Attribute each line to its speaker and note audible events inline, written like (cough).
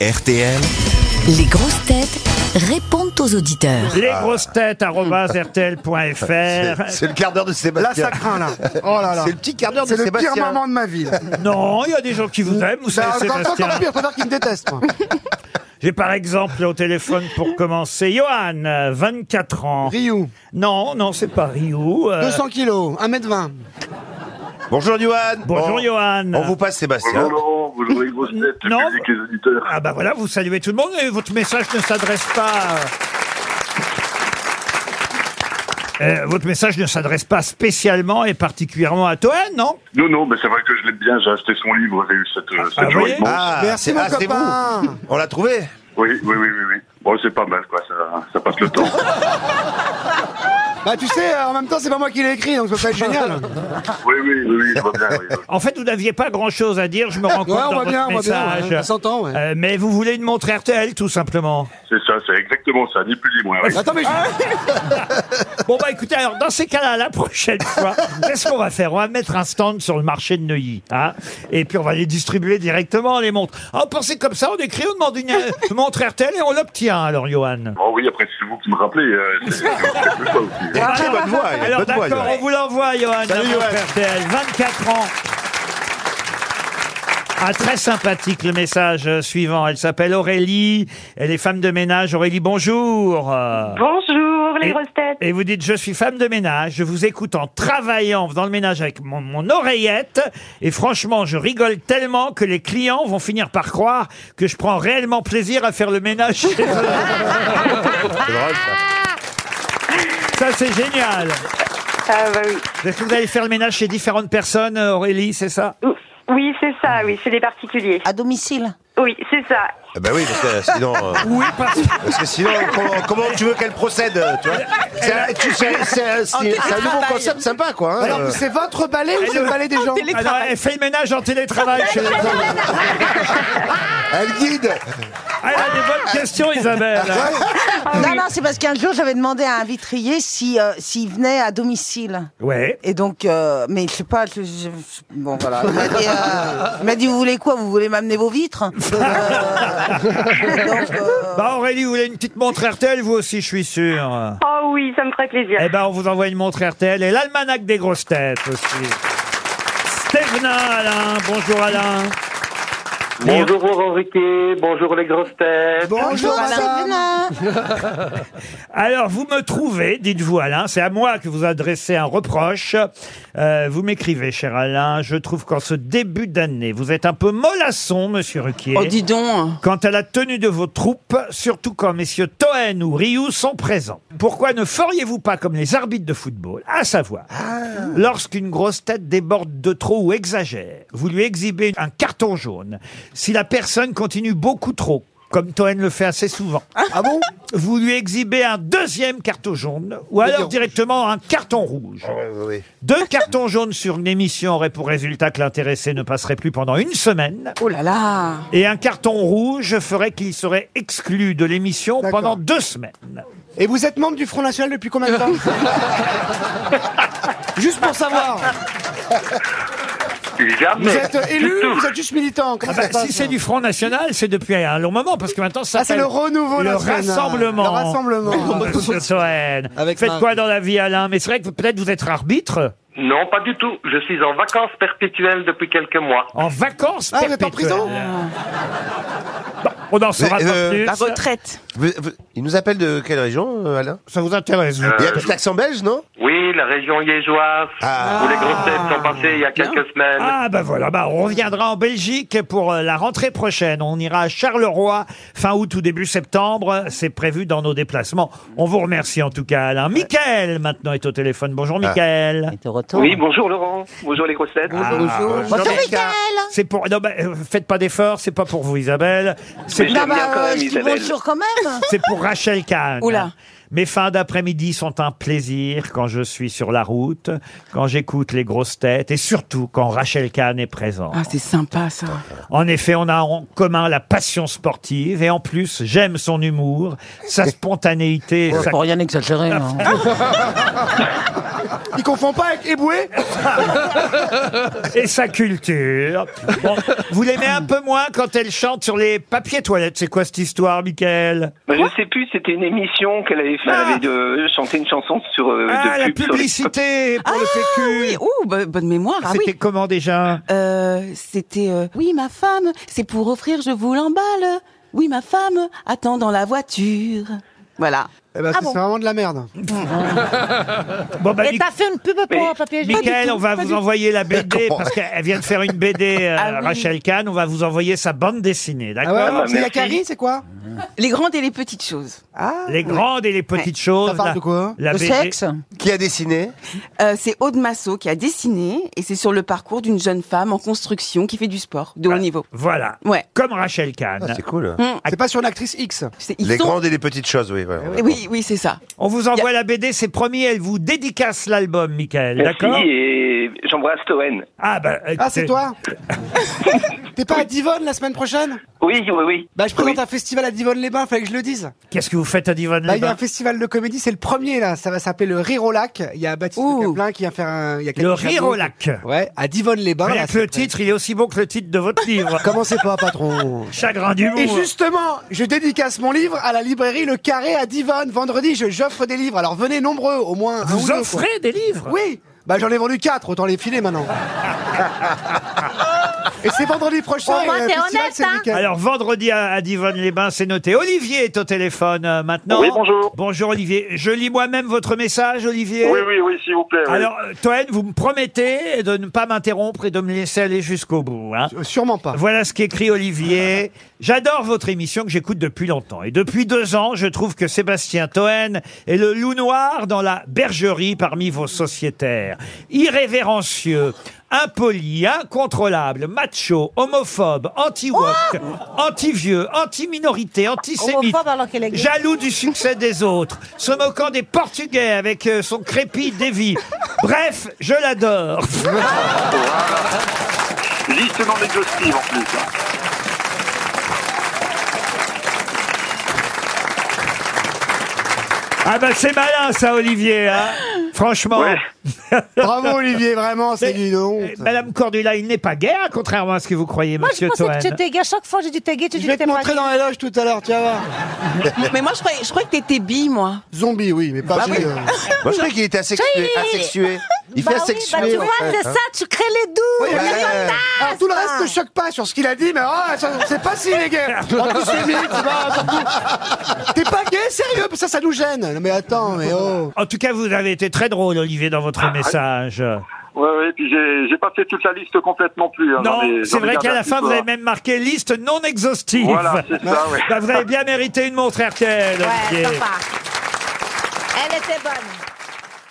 Speaker 1: RTL.
Speaker 2: Les grosses têtes répondent aux auditeurs.
Speaker 3: Les
Speaker 4: Ah.
Speaker 3: grosses têtes
Speaker 4: (laughs)
Speaker 3: rtl.fr.
Speaker 5: C'est le quart d'heure de Sébastien.
Speaker 4: Là, ça craint, là. Oh là là.
Speaker 5: C'est le petit quart d'heure de
Speaker 4: C'est le
Speaker 5: Sébastien.
Speaker 4: pire moment de ma vie. Bah, là.
Speaker 3: Non, il y a des gens qui vous aiment, vous savez,
Speaker 4: Bah, Encore
Speaker 3: Sébastien.
Speaker 4: encore pire, je préfère qu'ils me détestent. moi.
Speaker 3: J'ai par exemple au téléphone pour commencer Johan, euh, 24 ans.
Speaker 4: Ryu,
Speaker 3: Non, non, c'est pas euh. Rio.
Speaker 4: 200 kilos, 1m20.
Speaker 5: Bonjour Johan.
Speaker 3: Bonjour
Speaker 5: Bon,
Speaker 3: Johan.
Speaker 5: On vous passe Sébastien.
Speaker 6: Bonjour Laurent, bonjour les grosses têtes, le
Speaker 3: Non.
Speaker 6: public, les auditeurs.
Speaker 3: Ah bah voilà, vous saluez tout le monde et votre message ne s'adresse pas. euh, votre message ne s'adresse pas spécialement et particulièrement à Toen, non
Speaker 6: Non, non, mais c'est vrai que je l'aime bien, j'ai acheté son livre, j'ai eu cette, euh, cette
Speaker 3: ah,
Speaker 6: journée
Speaker 3: oui.
Speaker 6: de manche.
Speaker 5: Ah,
Speaker 4: Merci,
Speaker 5: c'est-
Speaker 4: mon
Speaker 5: ah, c'est
Speaker 4: copain.
Speaker 5: vous. On l'a trouvé.
Speaker 6: Oui, oui, oui, oui, oui. Bon, c'est pas mal, quoi, ça, ça passe le
Speaker 3: (laughs)
Speaker 6: temps.
Speaker 4: Bah, tu sais, euh, en même temps, c'est pas moi qui l'ai écrit, donc ça peut pas être génial.
Speaker 6: oui, oui, oui, oui, je vois bien, oui.
Speaker 3: En fait, vous n'aviez pas grand-chose à dire, je me rends compte
Speaker 4: Ouais, on
Speaker 3: dans
Speaker 4: voit
Speaker 3: votre
Speaker 4: bien, on voit bien.
Speaker 3: message.
Speaker 4: ouais, On s'entend, ouais.
Speaker 3: Euh, mais vous voulez une montre RTL, tout simplement.
Speaker 6: C'est ça, c'est exactement ça, ni plus ni moins. oui.
Speaker 4: Attends, mais je-
Speaker 3: Bon, bah écoutez, alors dans ces cas-là, la prochaine fois, qu'est-ce qu'on va faire On va mettre un stand sur le marché de Neuilly. Hein et puis on va les distribuer directement, les montres. Ah, on pensait comme ça, on écrit, on demande une euh, montre RTL et on l'obtient, alors, Johan.
Speaker 6: Bon, oui, après, c'est vous qui me rappelez, euh, c'est c'est quelque chose aussi. hein.
Speaker 5: Il a une très bonne voix. Il a une
Speaker 3: Ah, Alors
Speaker 5: bonne voix,
Speaker 3: d'accord, on
Speaker 5: Johan.
Speaker 3: vous l'envoie, Johan. la
Speaker 5: Salut,
Speaker 3: montre
Speaker 5: Johan.
Speaker 3: RTL, 24 ans. Ah, très sympathique le message suivant. Elle s'appelle Aurélie. Elle est femme de ménage. Aurélie, bonjour. Euh,
Speaker 7: Bonjour les
Speaker 3: Et-
Speaker 7: grosses têtes.
Speaker 3: Et vous dites, je suis femme de ménage, je vous écoute en travaillant dans le ménage avec mon, mon oreillette, et franchement, je rigole tellement que les clients vont finir par croire que je prends réellement plaisir à faire le ménage.
Speaker 5: (laughs)
Speaker 3: chez eux.
Speaker 5: C'est drôle, ça.
Speaker 3: Ça, c'est génial.
Speaker 7: Ah, bah oui,
Speaker 3: Est-ce que vous allez faire le ménage chez différentes personnes, euh, Aurélie, c'est ça
Speaker 7: Ouh. oui c'est ça, oui, chez les particuliers.
Speaker 8: À domicile
Speaker 7: Oui, c'est ça.
Speaker 5: Eh Ben oui, parce que sinon. euh,
Speaker 3: Oui, parce
Speaker 5: Parce que sinon, comment, comment tu veux qu'elle procède, euh, tu vois C'est un, tu- c'est- c'est- c'est- c'est un nouveau concept sympa, quoi. hein,
Speaker 4: Alors,
Speaker 5: euh.
Speaker 4: Bah c'est votre balai ou c'est le balai des gens
Speaker 3: (laughs) Alors, elle fait le ménage en télétravail chez les gens.
Speaker 5: Elle guide.
Speaker 3: Elle a des bonnes questions, Isabelle.
Speaker 8: Non, non, c'est parce qu'un jour, j'avais demandé à un vitrier si, euh, s'il venait à domicile.
Speaker 3: Ouais.
Speaker 8: Et donc, euh, mais je sais pas, je- je- je- bon voilà. Il m'a dit, euh, il m'a dit, vous voulez quoi Vous voulez m'amener vos vitres Euh, donc, euh,
Speaker 3: Bah, Aurélie, vous voulez une petite montre RTL, vous aussi, je suis sûr.
Speaker 7: Oh oui, ça me ferait plaisir.
Speaker 3: Eh ben, on vous envoie une montre RTL et l'almanach des grosses têtes aussi. Stéphane Alain, bonjour Alain.
Speaker 9: Bonjour Henriquet, bonjour les grosses têtes.
Speaker 4: Bonjour, madame.
Speaker 3: Alors, vous me trouvez, dites-vous Alain, c'est à moi que vous adressez un reproche. Euh, vous m'écrivez, cher Alain, je trouve qu'en ce début d'année, vous êtes un peu mollasson, monsieur Ruquier.
Speaker 8: Oh, dis donc.
Speaker 3: Quant à la tenue de vos troupes, surtout quand messieurs Toen ou Ryu sont présents, pourquoi ne feriez-vous pas comme les arbitres de football, à savoir,
Speaker 4: Ah.
Speaker 3: lorsqu'une grosse tête déborde de trop ou exagère, vous lui exhibez un carton jaune. Si la personne continue beaucoup trop, comme Toen le fait assez souvent,
Speaker 4: Ah bon
Speaker 3: vous lui exhibez un deuxième carton jaune, ou alors
Speaker 4: rouge. Ah
Speaker 3: directement un carton rouge.
Speaker 5: oui.
Speaker 3: Deux cartons jaunes sur une émission auraient pour résultat que l'intéressé ne passerait plus pendant une semaine.
Speaker 8: Oh là là.
Speaker 3: Et un carton rouge ferait qu'il serait exclu de l'émission
Speaker 4: D'accord.
Speaker 3: pendant deux semaines.
Speaker 4: Et vous êtes membre du Front National depuis combien de temps Juste pour savoir,
Speaker 6: Jamais.
Speaker 4: vous êtes élu
Speaker 6: du
Speaker 4: ou
Speaker 6: tout.
Speaker 4: vous êtes juste militant Comment
Speaker 3: Ah bah,
Speaker 4: ça se passe
Speaker 3: si c'est du Front National, c'est depuis un long moment, parce que maintenant ça
Speaker 4: Ah, c'est
Speaker 3: s'appelle
Speaker 4: le renouveau
Speaker 3: le
Speaker 4: national.
Speaker 3: rassemblement.
Speaker 4: Le rassemblement.
Speaker 3: Ah, (laughs) monsieur Toen.
Speaker 4: Avec
Speaker 3: Faites
Speaker 4: ma-
Speaker 3: quoi dans la vie, Alain Mais c'est vrai que peut-être vous êtes arbitre
Speaker 9: Non, pas du tout. Je suis en vacances perpétuelles depuis quelques mois.
Speaker 3: en vacances.
Speaker 4: Ah, vous êtes en
Speaker 3: perpétuelles.
Speaker 4: prison
Speaker 3: Bon, On en saura
Speaker 5: Mais,
Speaker 3: pas
Speaker 5: euh,
Speaker 3: plus.
Speaker 8: La retraite.
Speaker 5: Vous- vous- Il nous appelle de quelle région, euh, Alain
Speaker 3: Ça vous intéresse vous
Speaker 5: Il y a un petit accent belge, non
Speaker 9: Euh, Oui, la région liégeoise,
Speaker 5: Ah.
Speaker 9: où les grosses têtes sont passées il y a quelques semaines.
Speaker 3: Ah bah voilà, bah on reviendra en Belgique pour euh, la rentrée prochaine. On ira à Charleroi fin août ou début septembre. C'est prévu dans nos déplacements. On vous remercie en tout cas Alain. Michael maintenant est au téléphone. Bonjour
Speaker 9: Ah.
Speaker 3: Michael.
Speaker 9: Oui, bonjour Laurent, bonjour les grosses têtes.
Speaker 5: Bonjour, Mika.
Speaker 3: C'est pour non bah, euh, faites pas d'efforts, c'est pas pour vous Isabelle. C'est
Speaker 9: Mais je l'aime bien quand même,
Speaker 8: je dis
Speaker 9: Isabelle.
Speaker 8: bonjour quand même.
Speaker 3: c'est pour Rachel Kahn.
Speaker 1: Oula.
Speaker 3: Mes fins d'après-midi sont un plaisir quand je suis sur la route, quand j'écoute les grosses têtes et surtout quand Rachel Kahn est présente.
Speaker 1: Ah, c'est sympa ça.
Speaker 3: En effet, on a en commun la passion sportive et en plus, j'aime son humour, sa spontanéité, sa
Speaker 8: Pour rien exagérer. hein.
Speaker 4: Il confond pas avec Eboué
Speaker 3: et sa culture. Bon, vous l'aimez un peu moins quand elle chante sur les papiers toilettes. C'est quoi cette histoire, Michael
Speaker 9: Bah, je sais plus, c'était une émission qu'elle avait fait.
Speaker 3: Ah.
Speaker 9: Elle avait de, chanté une chanson sur euh,
Speaker 3: Ah,
Speaker 9: de
Speaker 3: la
Speaker 9: pub sur les-
Speaker 3: publicité pour le PQ.
Speaker 1: Oui, ouh, bo- bonne mémoire. Ah
Speaker 3: C'était
Speaker 1: oui.
Speaker 3: comment déjà
Speaker 1: Euh, C'était. euh, oui, ma femme, c'est pour offrir, je vous l'emballe. Oui, ma femme, attends dans la voiture. Voilà.
Speaker 4: Eh ben,
Speaker 10: Ah
Speaker 4: c'est
Speaker 10: bon
Speaker 4: vraiment de la merde.
Speaker 3: Bon, bah,
Speaker 10: Et
Speaker 3: Mi-
Speaker 10: t'as fait une pub pour un papier jaune
Speaker 3: Michael,
Speaker 10: du tout,
Speaker 3: on va
Speaker 10: pas
Speaker 3: vous
Speaker 10: du tout.
Speaker 3: envoyer la BD parce qu'elle vient de faire une BD euh,
Speaker 1: Ah oui.
Speaker 3: Rachel Kahn. On va vous envoyer sa bande dessinée,
Speaker 4: Ah
Speaker 3: d'accord
Speaker 4: ouais,
Speaker 9: bah,
Speaker 4: c'est
Speaker 9: merci.
Speaker 4: Yakari, c'est quoi
Speaker 1: Les grandes et les petites choses.
Speaker 4: Ah,
Speaker 3: Les grandes et les petites choses.
Speaker 4: ça parle
Speaker 3: la-
Speaker 4: de quoi hein
Speaker 3: la
Speaker 8: Le
Speaker 3: BD
Speaker 8: sexe
Speaker 5: Qui a dessiné
Speaker 1: Euh, c'est Aude Massot qui a dessiné et c'est sur le parcours d'une jeune femme en construction qui fait du sport de
Speaker 3: Ah.
Speaker 1: haut niveau.
Speaker 3: Voilà.
Speaker 1: Ouais.
Speaker 3: Comme Rachel Kahn.
Speaker 5: Ah, C'est cool.
Speaker 4: Ah, C'est pas sur une actrice X.
Speaker 1: C'est- ils
Speaker 5: Les
Speaker 1: sont-
Speaker 5: grandes et les petites choses, oui. ouais.
Speaker 1: Oui, oui, c'est ça.
Speaker 3: on vous envoie la BD, c'est promis. Elle vous dédicace l'album, Michael, d'accord
Speaker 9: Merci et j'embrasse Toen.
Speaker 3: Ah, bah,
Speaker 4: Ah, c'est
Speaker 3: écoutez, (laughs)
Speaker 4: toi T'es pas à Divonne la semaine prochaine
Speaker 9: Oui, oui, oui.
Speaker 4: Bah, je présente
Speaker 9: Oui.
Speaker 4: un festival à Divonne-les-Bains, fallait que je le dise.
Speaker 3: Qu'est-ce que vous faites à Divonne
Speaker 4: Là, il y a un festival de comédie, c'est le premier, là. Ça va s'appeler le Rire au Lac. Il y a Baptiste
Speaker 1: Ouh.
Speaker 4: Le Caplin qui vient faire un. il y a quelques
Speaker 3: Le rire
Speaker 4: chameaux.
Speaker 3: au lac.
Speaker 4: Ouais, à Divonne-les-Bains.
Speaker 3: Rien
Speaker 4: là,
Speaker 3: que
Speaker 4: Ah, c'est
Speaker 3: le
Speaker 4: prêt.
Speaker 3: titre, il est aussi bon que le titre de
Speaker 4: (laughs)
Speaker 3: votre livre.
Speaker 4: Commencez pas, patron.
Speaker 3: (laughs) Chagrin d'humour.
Speaker 4: Et justement, je dédicace mon livre à la librairie Le Carré à Divonne. Vendredi, je j'offre des livres. Alors venez nombreux, au moins. un ou
Speaker 3: Vous
Speaker 4: deux,
Speaker 3: offrez des livres
Speaker 4: quoi. Oui Bah j'en ai vendu quatre, autant les filer maintenant. Et c'est vendredi prochain.
Speaker 10: Au moins,
Speaker 4: et le
Speaker 10: t'es
Speaker 4: festival,
Speaker 10: honnête,
Speaker 4: c'est le
Speaker 10: hein.
Speaker 4: week-end.
Speaker 3: Alors vendredi à, à Divonne-les-Bains, c'est noté. Olivier est au téléphone euh, maintenant.
Speaker 9: Oui, bonjour.
Speaker 3: Bonjour Olivier. Je lis moi-même votre message, Olivier.
Speaker 6: Oui, oui, oui, s'il vous plaît. oui.
Speaker 3: Alors, euh, Toen, vous me promettez de ne pas m'interrompre et de me laisser aller jusqu'au bout. hein.
Speaker 4: Euh, Sûrement pas.
Speaker 3: Voilà ce qu'écrit Olivier. J'adore votre émission que j'écoute depuis longtemps. Et depuis deux ans, je trouve que Sébastien Toen est le loup noir dans la bergerie parmi vos sociétaires. Irrévérencieux, impoli, incontrôlable, macho, homophobe, anti-woke, anti-vieux, anti-minorité, antisémite.
Speaker 10: Oh Homophobe alors qu'elle est gay.
Speaker 3: Jaloux du succès des autres, se moquant des Portugais avec euh, son crépi dévi. Bref, je
Speaker 10: (laughs)
Speaker 3: l'adore.
Speaker 6: Liste non exhaustive en plus. hein.
Speaker 3: Ah bah c'est malin ça, Olivier. hein. Franchement.
Speaker 6: Ouais.
Speaker 4: Bravo Olivier, vraiment, c'est
Speaker 3: Mais-
Speaker 4: du honte.
Speaker 3: Eh, Madame Cordula, il n'est pas gay, hein, contrairement à ce que vous croyez,
Speaker 10: Moi, je
Speaker 3: monsieur
Speaker 10: pensais que tu
Speaker 3: Toen.
Speaker 10: étais gay. Chaque fois, j'ai dit t'es gay, tu dis
Speaker 4: Je
Speaker 10: que
Speaker 4: vais te
Speaker 10: t'es pas
Speaker 4: montrer
Speaker 10: gay.
Speaker 4: dans les loges tout à l'heure, tu vas voir.
Speaker 1: Mais moi, je croyais, je croyais que t'étais bi, moi.
Speaker 4: Zombie, oui, mais pas chez, euh,
Speaker 5: Moi, je croyais qu'il était asexué.
Speaker 10: Oui.
Speaker 5: asexué. Il
Speaker 10: Bah
Speaker 5: fait
Speaker 10: oui, bah
Speaker 5: asexué.
Speaker 10: tu
Speaker 5: en
Speaker 10: vois,
Speaker 5: fait,
Speaker 10: c'est
Speaker 5: hein.
Speaker 10: ça, tu crées les doutes.
Speaker 4: Oui,
Speaker 10: Il y a
Speaker 4: ouais.
Speaker 10: des tas.
Speaker 4: Alors, tout le reste ne choque pas sur ce qu'il a dit, mais oh, ça, c'est pas si les gars. Antisémite, c'est pas- surtout. T'es pas gay, sérieux Ça, ça nous gêne. Non, mais attends, mais oh.
Speaker 3: En tout cas, vous avez été très drôle, Olivier, dans
Speaker 6: Ah,
Speaker 3: votre message.
Speaker 6: Ouais, ouais, puis j'ai j'ai pas fait toute la liste complète non plus. hein. J'en ai-
Speaker 3: non,
Speaker 6: j'en
Speaker 3: c'est
Speaker 6: ai
Speaker 3: vrai
Speaker 6: gardé
Speaker 3: qu'à
Speaker 6: un
Speaker 3: la
Speaker 6: petit
Speaker 3: fin,
Speaker 6: peu,
Speaker 3: vous avez
Speaker 6: hein.
Speaker 3: même marqué liste non exhaustive.
Speaker 6: Voilà, c'est
Speaker 3: (laughs)
Speaker 6: ça, ouais.
Speaker 3: Bah, vous avez bien mérité une montre RTL,
Speaker 10: Ouais,
Speaker 3: Olivier.
Speaker 10: sympa. Elle était bonne.